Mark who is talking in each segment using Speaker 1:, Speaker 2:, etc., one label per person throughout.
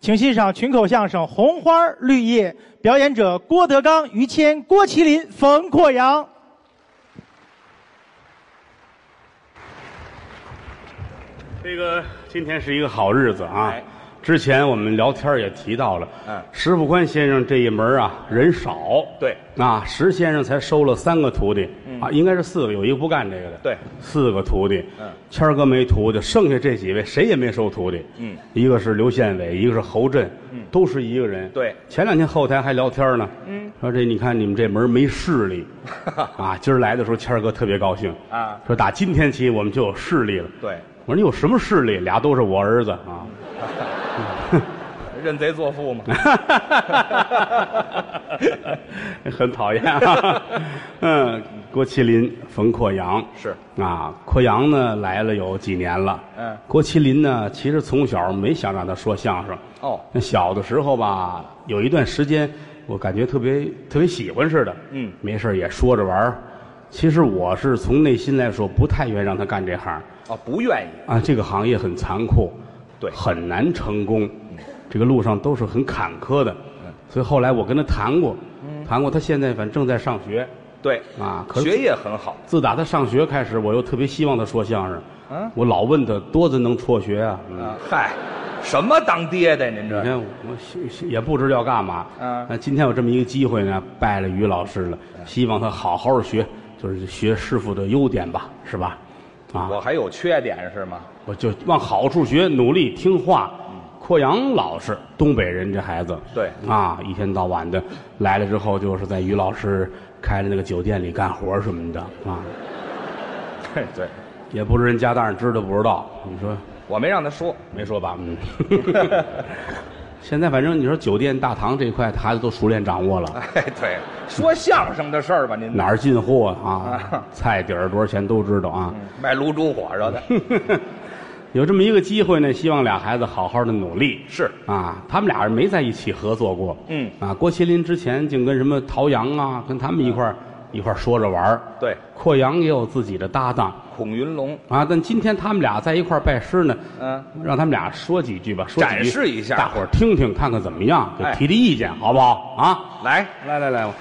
Speaker 1: 请欣赏群口相声《红花绿叶》，表演者郭德纲、于谦、郭麒麟、冯阔阳。
Speaker 2: 这个今天是一个好日子啊
Speaker 3: 哎！
Speaker 2: 之前我们聊天也提到了，
Speaker 3: 嗯
Speaker 2: 石富宽先生这一门啊人少，
Speaker 3: 对，嗯
Speaker 2: 啊，石先生才收了三个徒弟、啊，应该是四个，有一个不干这个的，
Speaker 3: 对，
Speaker 2: 四个徒弟，
Speaker 3: 嗯，
Speaker 2: 谦儿哥没徒弟，剩下这几位谁也没收徒弟，
Speaker 3: 嗯，
Speaker 2: 一个是刘宪伟，一个是侯震，嗯，都是一个人，
Speaker 3: 对
Speaker 2: 前两天后台还聊天呢，嗯，说这你看你们这门没势 力，啊，今儿来的时候谦儿哥特别高兴
Speaker 3: 啊
Speaker 2: 说打今天起我们就有势力了，
Speaker 3: 对，
Speaker 2: 我说你有什么势力？俩都是我儿子 啊！
Speaker 3: 认贼作父嘛。
Speaker 2: 很讨厌啊。嗯，郭麒麟、冯阔阳
Speaker 3: 是
Speaker 2: 啊，阔阳呢来了有几年了。
Speaker 3: 嗯
Speaker 2: 郭麒麟呢，其实从小没想让他说相声。
Speaker 3: 哦
Speaker 2: 那小的时候吧，有一段时间我感觉特别特别喜欢似的。
Speaker 3: 嗯，
Speaker 2: 没事儿也说着玩儿。其实我是从内心来说不太愿意让他干这行。
Speaker 3: 啊，不愿意。
Speaker 2: 啊，这个行业很残酷，
Speaker 3: 对嗯
Speaker 2: 很难成功，这个路上都是很坎坷的。所以后来我跟他谈过，
Speaker 3: 嗯
Speaker 2: 谈过，他现在反正正在上学
Speaker 3: 对，
Speaker 2: 啊。可
Speaker 3: 学
Speaker 2: 是
Speaker 3: 业很好。
Speaker 2: 自打他上学开始，我又特别希望他说相声。
Speaker 3: 嗯
Speaker 2: 我老问他多子能辍学啊？嗯
Speaker 3: 啊，嗨，什么当爹的您
Speaker 2: 你
Speaker 3: 这？
Speaker 2: 看我是是也不知道要干嘛。
Speaker 3: 嗯
Speaker 2: 那今天有这么一个机会呢，拜了于老师了，希望他好好地学，就是学师傅的优点吧，是吧？啊，
Speaker 3: 我还有缺点是吗？
Speaker 2: 我就往好处学，努力听话。阔阳老实，东北人这孩子，
Speaker 3: 对
Speaker 2: 啊，一天到晚的来了之后，就是在于老师开的那个酒店里干活什么的啊，
Speaker 3: 对对，
Speaker 2: 也不知人家大人知道不知道，你说
Speaker 3: 我没让他说。
Speaker 2: 没说吧？嗯，现在反正你说酒店大堂这一块，孩子都熟练掌握 了，
Speaker 3: 哎，对，说相声的事儿吧，您
Speaker 2: 哪儿进货啊
Speaker 3: 啊，
Speaker 2: 菜底儿多少钱都知道啊。
Speaker 3: 卖卤煮火烧的
Speaker 2: 嗯有这么一个机会呢，希望俩孩子好好的努力。
Speaker 3: 是
Speaker 2: 啊，他们俩人没在一起合作过。
Speaker 3: 嗯
Speaker 2: 啊，郭麒麟之前净跟什么陶阳啊，跟他们一块儿、一块儿说着玩儿。
Speaker 3: 对，
Speaker 2: 阔阳也有自己的搭档
Speaker 3: 孔云龙，
Speaker 2: 啊，但今天他们俩在一块儿拜师呢，
Speaker 3: 嗯，
Speaker 2: 让他们俩说几句吧，说几句
Speaker 3: 展示一下
Speaker 2: 大伙儿听听看看怎么样，给
Speaker 3: 哎
Speaker 2: 提提意见，好不好啊？
Speaker 3: 来，
Speaker 2: 来来来，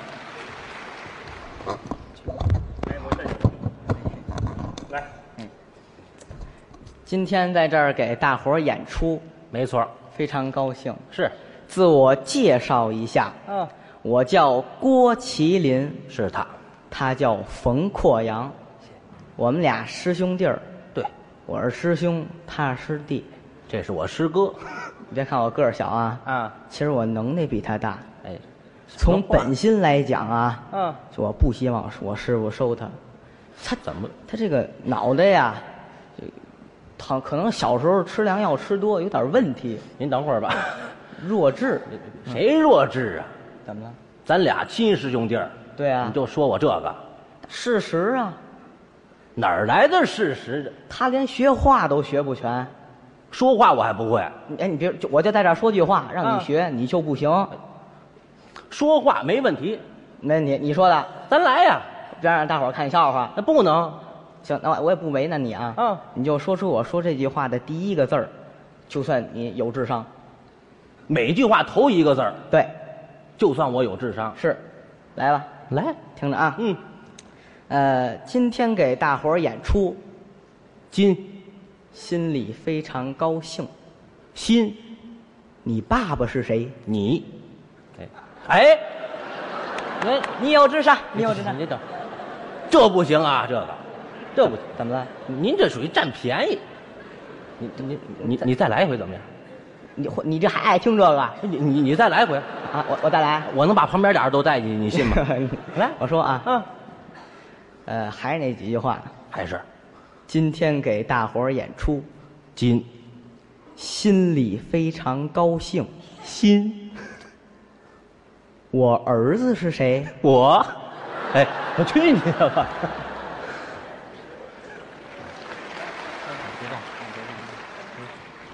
Speaker 4: 今天在这儿给大伙儿演出，
Speaker 2: 没错，
Speaker 4: 非常高兴。
Speaker 2: 是
Speaker 4: 自我介绍一下，
Speaker 3: 嗯，
Speaker 4: 我叫郭麒麟，
Speaker 2: 是他，
Speaker 4: 他叫冯阔阳，我们俩师兄弟儿，
Speaker 5: 对，
Speaker 4: 我是师兄，他是师弟。
Speaker 5: 这是我师哥。
Speaker 4: 你别看我个儿小啊，
Speaker 3: 啊，
Speaker 4: 其实我能耐比他大。
Speaker 5: 哎，
Speaker 4: 从本心来讲啊，
Speaker 3: 嗯，
Speaker 4: 我不希望我师傅收他，
Speaker 5: 他怎么？
Speaker 4: 他这个脑袋呀，就好可能小时候吃良药吃多，有点问题，
Speaker 5: 您等会儿吧，
Speaker 4: 弱智，
Speaker 5: 谁弱智啊？
Speaker 4: 怎么了？
Speaker 5: 咱俩亲师兄弟儿，
Speaker 4: 对啊
Speaker 5: 你就说我这个
Speaker 4: 事实啊，
Speaker 5: 哪儿来的事实？
Speaker 4: 他连学话都学不全。
Speaker 5: 说话我还不会，
Speaker 4: 你哎，你别，就我就在这儿说句话，让
Speaker 3: 啊
Speaker 4: 你学，你就不行。
Speaker 5: 说话没问题，
Speaker 4: 那你你说的，
Speaker 5: 咱来呀、
Speaker 4: 别让大伙儿看笑话。
Speaker 5: 那不能，
Speaker 4: 行，那我我也不为难你啊。
Speaker 3: 嗯
Speaker 4: 你就说出我说这句话的第一个字儿，就算你有智商。
Speaker 5: 每句话头一个字儿，
Speaker 4: 对，
Speaker 5: 就算我有智商。
Speaker 4: 是，来吧，
Speaker 5: 来，
Speaker 4: 听着啊。
Speaker 5: 嗯，
Speaker 4: 呃，今天给大伙儿演出，
Speaker 5: 金
Speaker 4: 心里非常高兴。
Speaker 5: 心
Speaker 4: 你爸爸是谁？
Speaker 5: 你，哎哎，哎，
Speaker 4: 你有 智商，你有智商。
Speaker 5: 你等，这不行啊，这个，这不行。
Speaker 4: 怎么了？
Speaker 5: 您这属于占便宜。你你你你再来一回怎么样？
Speaker 4: 你你这还爱听这个啊？
Speaker 5: 你你你再来一回，
Speaker 4: 我我再来。
Speaker 5: 我能把旁边俩人都带进去，你信吗？来，
Speaker 4: 我说啊，
Speaker 5: 嗯，
Speaker 4: 呃，还是那几句话，
Speaker 5: 还是
Speaker 4: 今天给大伙儿演出，
Speaker 5: 金
Speaker 4: 心里非常高兴。
Speaker 5: 心
Speaker 4: 我儿子是谁？
Speaker 5: 我，哎，我去你的吧！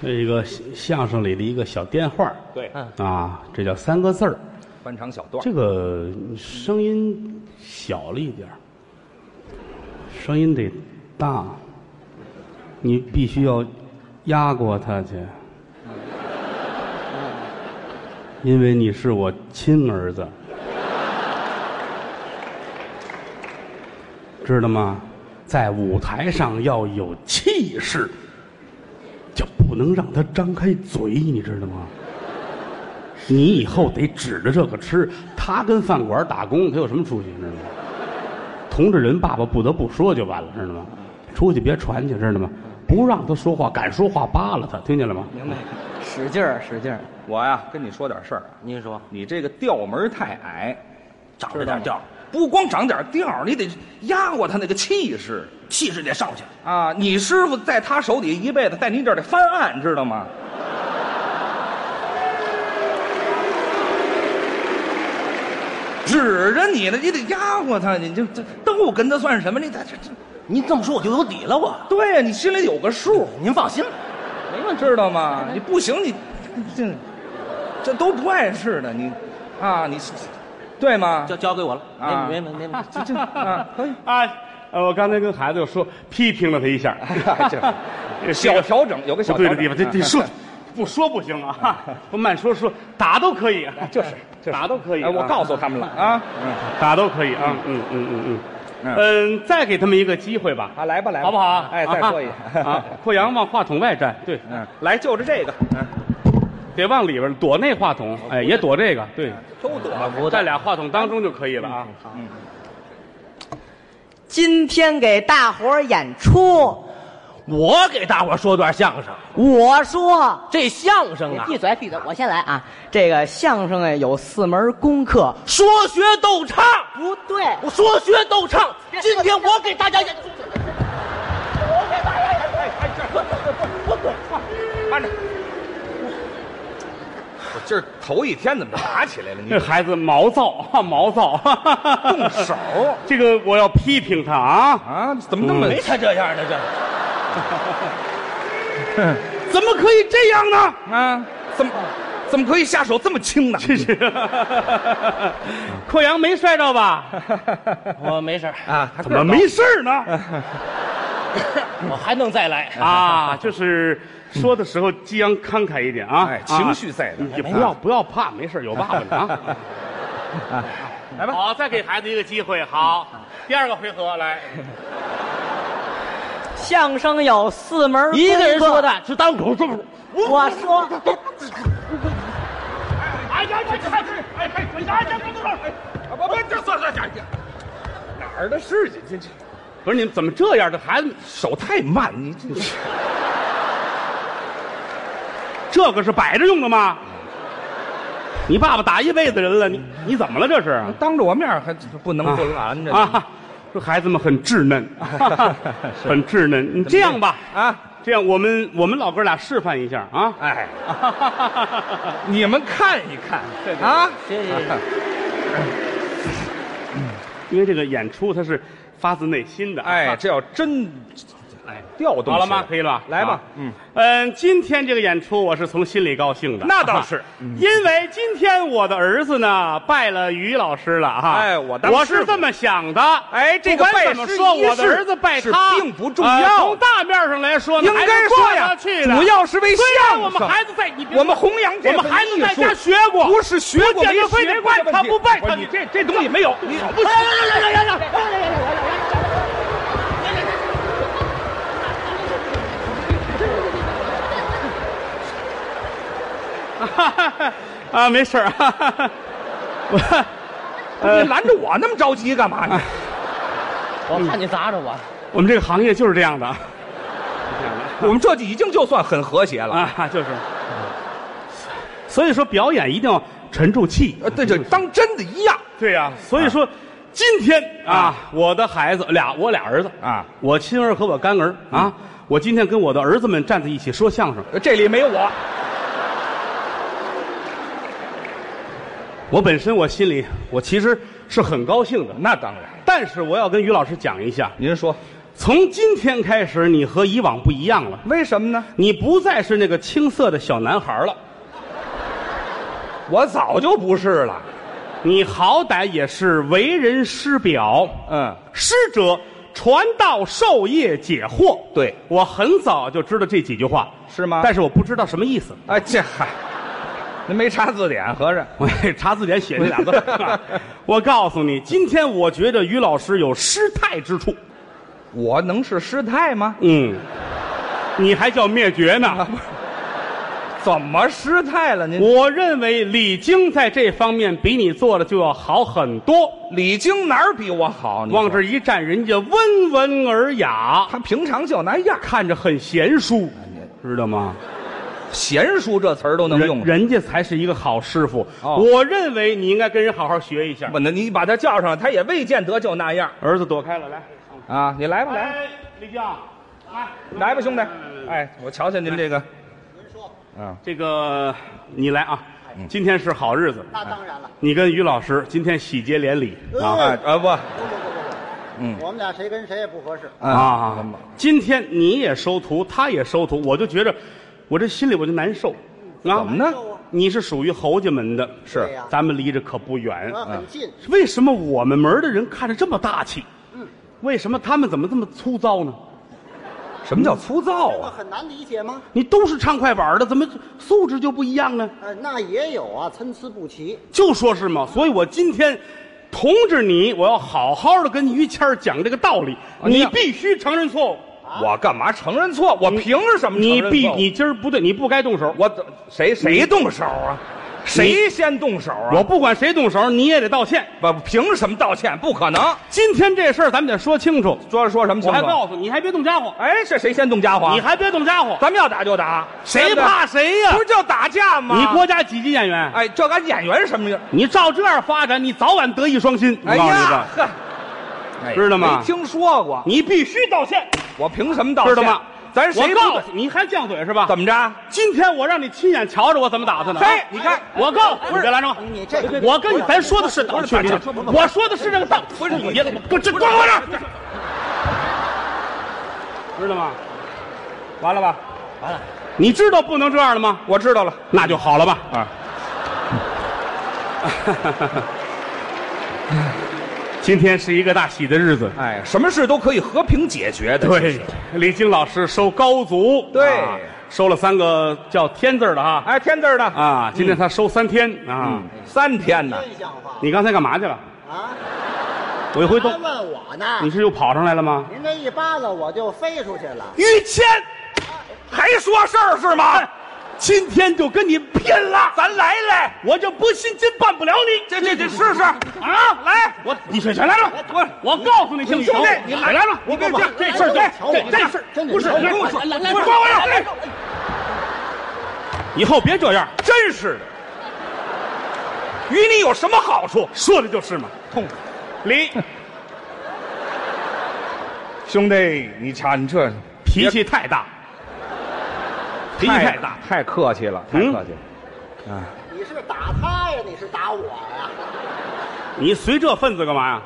Speaker 2: 这一个相声里的一个小颠话儿
Speaker 3: 对，
Speaker 2: 啊，这叫三个字儿。
Speaker 3: 翻唱小段儿。
Speaker 2: 这个声音小了一点儿声音得大，
Speaker 3: 嗯
Speaker 2: 你必须要压过它去。因为你是我亲儿子，知道吗？在舞台上要有气势，就不能让他张开嘴，你知道吗？你以后得指着这个吃。他跟饭馆打工，他有什么出息，知道吗？同志人爸爸不得不说就完了，知道吗？出去别传去，知道吗？不让他说话，敢说话扒拉他，听见了吗？
Speaker 4: 明白，使劲儿使劲儿。
Speaker 3: 我呀，跟你说点事儿啊，
Speaker 5: 您说，
Speaker 3: 你这个调门儿太矮，
Speaker 5: 长
Speaker 3: 知
Speaker 5: 着
Speaker 3: 道吗
Speaker 5: 点调，
Speaker 3: 不光长点调儿，你得压过他那个气势
Speaker 5: 气势得上去。
Speaker 3: 啊！你师傅在他手底下一辈子，在你这儿得翻案，知道吗？指着你呢，你得压过他，你就这逗跟他算什么？你这这这，
Speaker 5: 您这么说我就有底了，我。
Speaker 3: 对呀、你心里有个数，
Speaker 5: 您放心，
Speaker 3: 没问知道吗？你不行，你这这都不碍事的，你啊，你对吗？
Speaker 5: 交交给我了，
Speaker 3: 啊
Speaker 5: 没没没 没，
Speaker 3: 这这 啊，可以。
Speaker 2: 啊，呃我刚才跟孩子又说批评了他一下，
Speaker 3: 这小调整有个小
Speaker 2: 不对的
Speaker 3: 调整
Speaker 2: 地方，这这
Speaker 3: 啊
Speaker 2: 说不说不行啊，不慢说说打都可以，啊
Speaker 3: 就是就是
Speaker 2: 打都可以啊。
Speaker 3: 哎我告诉他们了啊，嗯
Speaker 2: 打都可以啊，嗯嗯嗯嗯，嗯，再给他们一个机会吧，
Speaker 3: 啊，来吧来吧，
Speaker 2: 好不好啊？
Speaker 3: 哎，再说一下
Speaker 2: 啊，阔阳往话筒外站，对，
Speaker 3: 嗯，来就着这个，嗯，
Speaker 2: 得往里边躲那话筒，哎，也躲这个，对，
Speaker 3: 都躲
Speaker 5: 啊
Speaker 3: 了，啊
Speaker 2: 在俩话筒当中就可以了
Speaker 3: 嗯
Speaker 2: 啊。
Speaker 6: 今天给大伙儿演出，
Speaker 5: 我给大伙儿说段相声。
Speaker 6: 我说
Speaker 5: 这相声
Speaker 4: 你
Speaker 5: 啊，
Speaker 4: 闭嘴闭嘴，我先来啊！这个相声啊有四门功课，
Speaker 5: 说学逗唱，
Speaker 4: 不对，
Speaker 5: 我说学逗唱。今天我给大家演，
Speaker 3: 按着。我今儿头一天怎么打起来了？你
Speaker 2: 这孩子毛躁，哈毛躁，
Speaker 3: 动手
Speaker 2: 这个我要批评他啊。
Speaker 3: 啊？怎么那么
Speaker 5: 没他这样的这。
Speaker 2: 怎么可以这样呢？
Speaker 3: 啊？怎么怎么可以下手这么轻呢？
Speaker 2: 这是，阔阳没摔着吧？
Speaker 5: 我没事儿
Speaker 3: 啊，他
Speaker 2: 怎
Speaker 3: 个儿
Speaker 2: 么没事儿呢？
Speaker 5: 我还能再来 啊！
Speaker 2: 啊，就是说的时候激昂慷慨一点啊，
Speaker 3: 哎情绪在哎的
Speaker 2: 啊你不要不要怕，没事儿有爸爸呢啊。
Speaker 3: 来吧
Speaker 2: 好，再给孩子一个机会。好，第二个回合来，
Speaker 6: 相声有四门功课
Speaker 5: 一个人说，的是单口说，
Speaker 6: 我说
Speaker 2: 哎呀，这这哎哎，我呀呀，等等，
Speaker 3: 高，不不，这算算算，哪儿的事情？这这
Speaker 2: 不是你们怎么这样？这孩子
Speaker 3: 手太慢，你这
Speaker 2: 这个是摆着用的吗？你爸爸打一辈子人了，你你怎么了？这是？
Speaker 3: 当着我面还不能不拦着
Speaker 2: 啊！这孩子们很稚 嫩，很稚嫩。你这样吧，
Speaker 3: 啊！
Speaker 2: 这样我们我们老哥俩示范一下啊。
Speaker 3: 哎， 你们看一看啊！
Speaker 5: 谢谢谢谢
Speaker 2: 因为这个演出它是发自内心的。
Speaker 3: 哎，，这要真
Speaker 2: 哎，
Speaker 3: 调动起来
Speaker 2: 好了吗？可以了吧？
Speaker 3: 来吧
Speaker 2: 啊
Speaker 3: 嗯
Speaker 2: 嗯，今天这个演出我是从心里高兴的。
Speaker 3: 那倒是
Speaker 2: 啊因为今天我的儿子呢拜了于老师了哈。
Speaker 3: 哎我当
Speaker 2: 我
Speaker 3: 师
Speaker 2: 是
Speaker 3: 傅
Speaker 2: 这么想的。
Speaker 3: 哎这个
Speaker 2: 不管
Speaker 3: 拜
Speaker 2: 怎么
Speaker 3: 师
Speaker 2: 说，
Speaker 3: 仪
Speaker 2: 我的
Speaker 3: 式
Speaker 2: 儿子拜他
Speaker 3: 是并不重
Speaker 2: 呃
Speaker 3: 要
Speaker 2: 从大面上来说呢，
Speaker 3: 应该说
Speaker 2: 还是
Speaker 3: 呀，
Speaker 2: 过得去的
Speaker 3: 主要是为
Speaker 2: 虽
Speaker 3: 相
Speaker 2: 然
Speaker 3: 声。
Speaker 2: 我们孩子在你别
Speaker 3: 我们弘扬这
Speaker 2: 我们
Speaker 3: 门
Speaker 2: 孩子在
Speaker 3: 艺术
Speaker 2: 家学过
Speaker 3: 不是学过
Speaker 2: 我见
Speaker 3: 没
Speaker 2: 他非
Speaker 3: 学
Speaker 2: 得
Speaker 3: 过
Speaker 2: 拜
Speaker 3: 的问
Speaker 2: 他
Speaker 3: 题
Speaker 2: 不拜
Speaker 3: 我
Speaker 2: 他，
Speaker 3: 你
Speaker 2: 你
Speaker 3: 这
Speaker 2: 这
Speaker 3: 这
Speaker 2: 这
Speaker 3: 东
Speaker 2: 东
Speaker 3: 西
Speaker 2: 西
Speaker 3: 没
Speaker 2: 没
Speaker 3: 有
Speaker 2: 有，你
Speaker 3: 你好
Speaker 2: 好
Speaker 3: 不
Speaker 2: 不
Speaker 3: 行
Speaker 2: 行。啊，没事儿，哈哈哈我
Speaker 3: 你拦着我那么着急干嘛呢？
Speaker 5: 我怕你砸着我。
Speaker 2: 我们这个行业就是这样的
Speaker 3: 我们这就已经就算很和谐了。
Speaker 2: 啊，就是。所以说表演一定要沉住气。
Speaker 3: 呃，对，就当真的一样。
Speaker 2: 对呀、所以说今天啊，我的孩子俩，我俩儿子
Speaker 3: 啊，嗯
Speaker 2: 我亲儿和我干儿啊，我今天跟我的儿子们站在一起说相声，
Speaker 3: 呃这里没有我，
Speaker 2: 我本身我心里我其实是很高兴的，
Speaker 3: 那当然。
Speaker 2: 但是我要跟于老师讲一下，
Speaker 3: 您说
Speaker 2: 从今天开始你和以往不一样了，
Speaker 3: 为什么呢？
Speaker 2: 你不再是那个青涩的小男孩了，
Speaker 3: 我早就不是了。
Speaker 2: 你好歹也是为人师表，
Speaker 3: 嗯，
Speaker 2: 师者传道授业解惑。
Speaker 3: 对
Speaker 2: 我很早就知道这几句话，
Speaker 3: 是吗
Speaker 2: 但是我不知道什么意思。
Speaker 3: 哎，这嗨，您没查字典，合着
Speaker 2: 我查字典写这俩字儿。 我告诉你，今天我觉着于老师有失态之处。
Speaker 3: 我能是失态吗？
Speaker 2: 嗯，你还叫灭绝
Speaker 3: 啊
Speaker 2: 呢？
Speaker 3: 怎么失态了？您
Speaker 2: 我认为李菁在这方面比你做的就要好很多。
Speaker 3: 李菁哪儿比我好？你说
Speaker 2: 往这一站，人家温文尔雅，
Speaker 3: 他平常就那样，
Speaker 2: 看着很贤淑，知道吗？
Speaker 3: 贤淑这词儿哎都能
Speaker 2: 人
Speaker 3: 用上。
Speaker 2: 人家才是一个好师傅。
Speaker 3: 哦
Speaker 2: 我认为你应该跟人好好学一下
Speaker 3: 不，。那你把他叫上，他也未见得就那样
Speaker 2: 儿子躲开了，来，
Speaker 3: 啊！你来吧，来
Speaker 2: 来，李菁，来，
Speaker 3: 来吧，兄弟
Speaker 2: 来来来！来
Speaker 3: 哎，我瞧瞧您这个，
Speaker 2: 这个你来啊，
Speaker 3: 嗯
Speaker 2: 今天是好日子，
Speaker 7: 那当然了，
Speaker 2: 你跟于老师今天喜结连理啊
Speaker 3: 哎啊不，
Speaker 7: 不不不不不，
Speaker 3: 嗯
Speaker 7: 我们俩谁跟谁也不合适。
Speaker 2: 啊！今天你也收徒，他也收徒，我就觉着我这心里我就难受啊。
Speaker 3: 嗯怎么呢？
Speaker 2: 你是属于侯家门的，
Speaker 3: 是嗯对
Speaker 7: 呀
Speaker 2: 咱们离着可不远。
Speaker 7: 我很近，
Speaker 2: 为什么我们门的人看着这么大气？
Speaker 7: 嗯
Speaker 2: 为什么他们怎么这么粗糙呢？
Speaker 3: 什么叫粗糙
Speaker 7: 我
Speaker 3: 啊？
Speaker 7: 很难理解吗？
Speaker 2: 你都是唱快板的，怎么素质就不一样呢？
Speaker 7: 呃，那也有啊，参差不齐。
Speaker 2: 就说是嘛，所以我今天同志你，我要好好的跟于谦儿讲这个道理，
Speaker 3: 啊你
Speaker 2: 你
Speaker 3: 要
Speaker 2: 必须承认错误，
Speaker 3: 我干嘛承认错？我凭什么承
Speaker 2: 你
Speaker 3: 认错
Speaker 2: 必你今儿不对，你不该动手。
Speaker 3: 我怎谁谁动手啊？谁先动手啊？
Speaker 2: 我不管谁动手，你也得道歉。
Speaker 3: 我凭什么道歉？不可能！
Speaker 2: 今天这事儿咱们得说清楚。
Speaker 3: 说说什么情
Speaker 2: 我还
Speaker 3: 况？
Speaker 2: 告诉你，你还别动家伙，
Speaker 3: 哎，这谁先动家伙啊？
Speaker 2: 你还别动家伙，
Speaker 3: 咱们要打就打，
Speaker 2: 谁怕谁呀
Speaker 3: 不？是叫打架吗？
Speaker 2: 你国家几级演员？
Speaker 3: 哎，这个演员什么样？
Speaker 2: 你照这样发展，你早晚德艺双馨。我告
Speaker 3: 哎
Speaker 2: 诉你
Speaker 3: 呀
Speaker 2: 吧，，
Speaker 3: 呵，哎
Speaker 2: 知道吗
Speaker 3: 没听说过，
Speaker 2: 你必须道歉，
Speaker 3: 我凭什么道
Speaker 2: 知
Speaker 3: 歉？
Speaker 2: 道吗？
Speaker 3: 咱谁
Speaker 2: 我
Speaker 3: 不
Speaker 2: 告诉你，你还犟嘴是吧？
Speaker 3: 怎么着？
Speaker 2: 今天我让你亲眼瞧着我怎么打他啊呢？
Speaker 3: 嘿哎你看
Speaker 2: 我告诉你，别拦着我。
Speaker 7: 你这个
Speaker 2: 我跟你咱说的是道理，去你的我说的是这个道，不是你别给我滚，这滚我这，知道吗？
Speaker 3: 完了吧？
Speaker 2: 你知道不能这样了吗？
Speaker 3: 我知道了，
Speaker 2: 那就好了吧。
Speaker 3: 啊，
Speaker 2: 今天是一个大喜的日子，
Speaker 3: 哎，什么事都可以和平解决的。其
Speaker 2: 对
Speaker 3: 实，
Speaker 2: 李菁老师收高足，
Speaker 3: 对
Speaker 2: 啊收了三个叫“天”字儿的哈
Speaker 3: 哎，天字儿的
Speaker 2: 啊，今天他收三天啊。
Speaker 3: 嗯三天
Speaker 2: 哎
Speaker 3: 呢，
Speaker 7: 真像话
Speaker 2: 你刚才干嘛去了？
Speaker 7: 啊！
Speaker 2: 我一回头
Speaker 7: 还，问我呢？
Speaker 2: 你是又跑上来了吗？
Speaker 7: 您这一巴掌我就飞出去了。
Speaker 2: 于谦，还说事儿是吗？哎今天就跟你拼了！咱来来，我就不信今办不了你。
Speaker 3: 这这这试试。
Speaker 2: 啊，来，我你谁谁来了？我我告诉你，姓于
Speaker 3: 兄弟你来
Speaker 2: 来了，
Speaker 3: 你别
Speaker 2: 不不
Speaker 3: 这
Speaker 2: 这事儿
Speaker 7: 来瞧我
Speaker 2: 对，这这事
Speaker 7: 真
Speaker 2: 儿
Speaker 7: 的
Speaker 2: 不是
Speaker 7: 你瞧我
Speaker 2: 跟我
Speaker 7: 来来来
Speaker 2: 不是关我来，以后别这样，
Speaker 3: 真是的，与你有什么好处？
Speaker 2: 说的就是嘛。
Speaker 3: 痛，
Speaker 2: 李
Speaker 3: 兄弟，你瞧你这
Speaker 2: 脾气太大，脾气太大，
Speaker 3: 太客气了，太
Speaker 2: 嗯
Speaker 3: 客气了。
Speaker 7: 你是打他呀？你是打我呀？
Speaker 2: 你随这份子干嘛呀？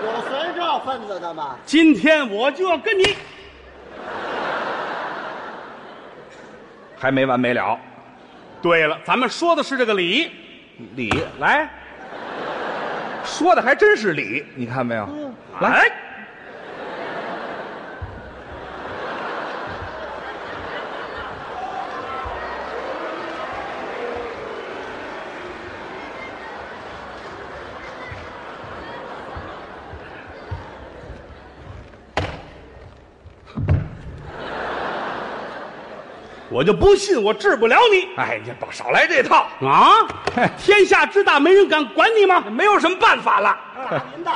Speaker 7: 我随这份子的吗？
Speaker 2: 今天我就要跟你。
Speaker 3: 还没完没了，
Speaker 2: 对了，咱们说的是这个理。
Speaker 3: 理来，说的还真是理，你看没有？
Speaker 2: 嗯
Speaker 3: 来，
Speaker 2: 哎我就不信我治不了你
Speaker 3: 哎，你甭少来这套，
Speaker 2: 啊！天下之大，没人敢管你吗？啊
Speaker 3: 没有什么办法了，
Speaker 7: 打您的，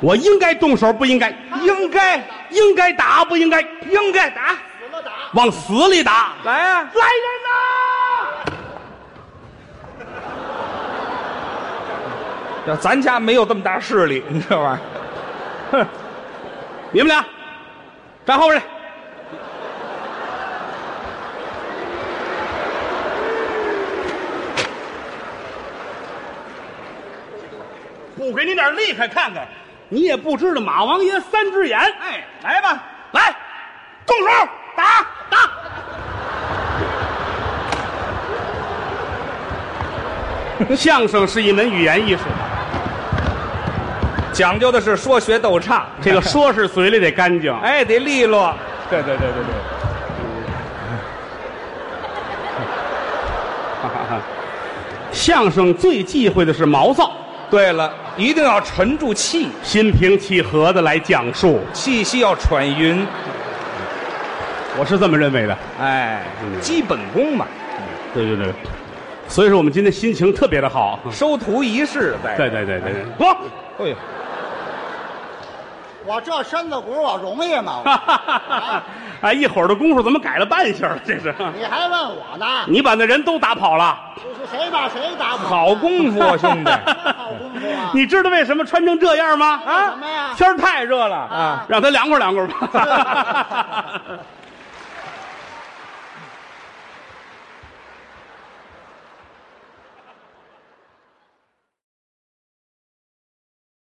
Speaker 2: 我应该动手，不应该；
Speaker 3: 应该
Speaker 2: 应该打，不应该；
Speaker 3: 应该打，
Speaker 7: 死了打。
Speaker 2: 往死里打！
Speaker 3: 来啊！
Speaker 2: 来人呐！
Speaker 3: 要咱家没有这么大势力， 你这玩意儿，
Speaker 2: 你们俩站后边去。不给你点厉害看看，你也不知道马王爷三只眼。哎，来吧，来，动手打打。相声是一门语言艺术，
Speaker 3: 讲究的是说学逗唱，
Speaker 2: 这个说是嘴里得干 净。哎，
Speaker 3: 哎得利落，对对对对对。
Speaker 2: 相声最忌讳的是毛躁，
Speaker 3: 对了，一定要沉住气，
Speaker 2: 心平气和的来讲述，
Speaker 3: 气息要喘匀，
Speaker 2: 我是这么认为的。
Speaker 3: 哎，
Speaker 2: 嗯
Speaker 3: 基本功嘛，
Speaker 2: 对对对，所以说我们今天心情特别的好。
Speaker 3: 收徒仪式 在。
Speaker 2: 对对对对， 对不，
Speaker 3: 哎呦，
Speaker 7: 我这身子骨我容易吗？
Speaker 2: 哈哈哈哎，一会儿的功夫怎么改了半下了？这是，
Speaker 7: 我你还问我呢？
Speaker 2: 你把那人都打跑了，
Speaker 7: 这是谁把谁打跑？
Speaker 3: 好功夫啊，兄弟！
Speaker 7: 真好功夫啊！
Speaker 2: 你知道为什么穿成这样吗？啊
Speaker 7: 啊什么呀？
Speaker 2: 天儿太热了
Speaker 7: 啊
Speaker 2: 让他凉快凉快吧。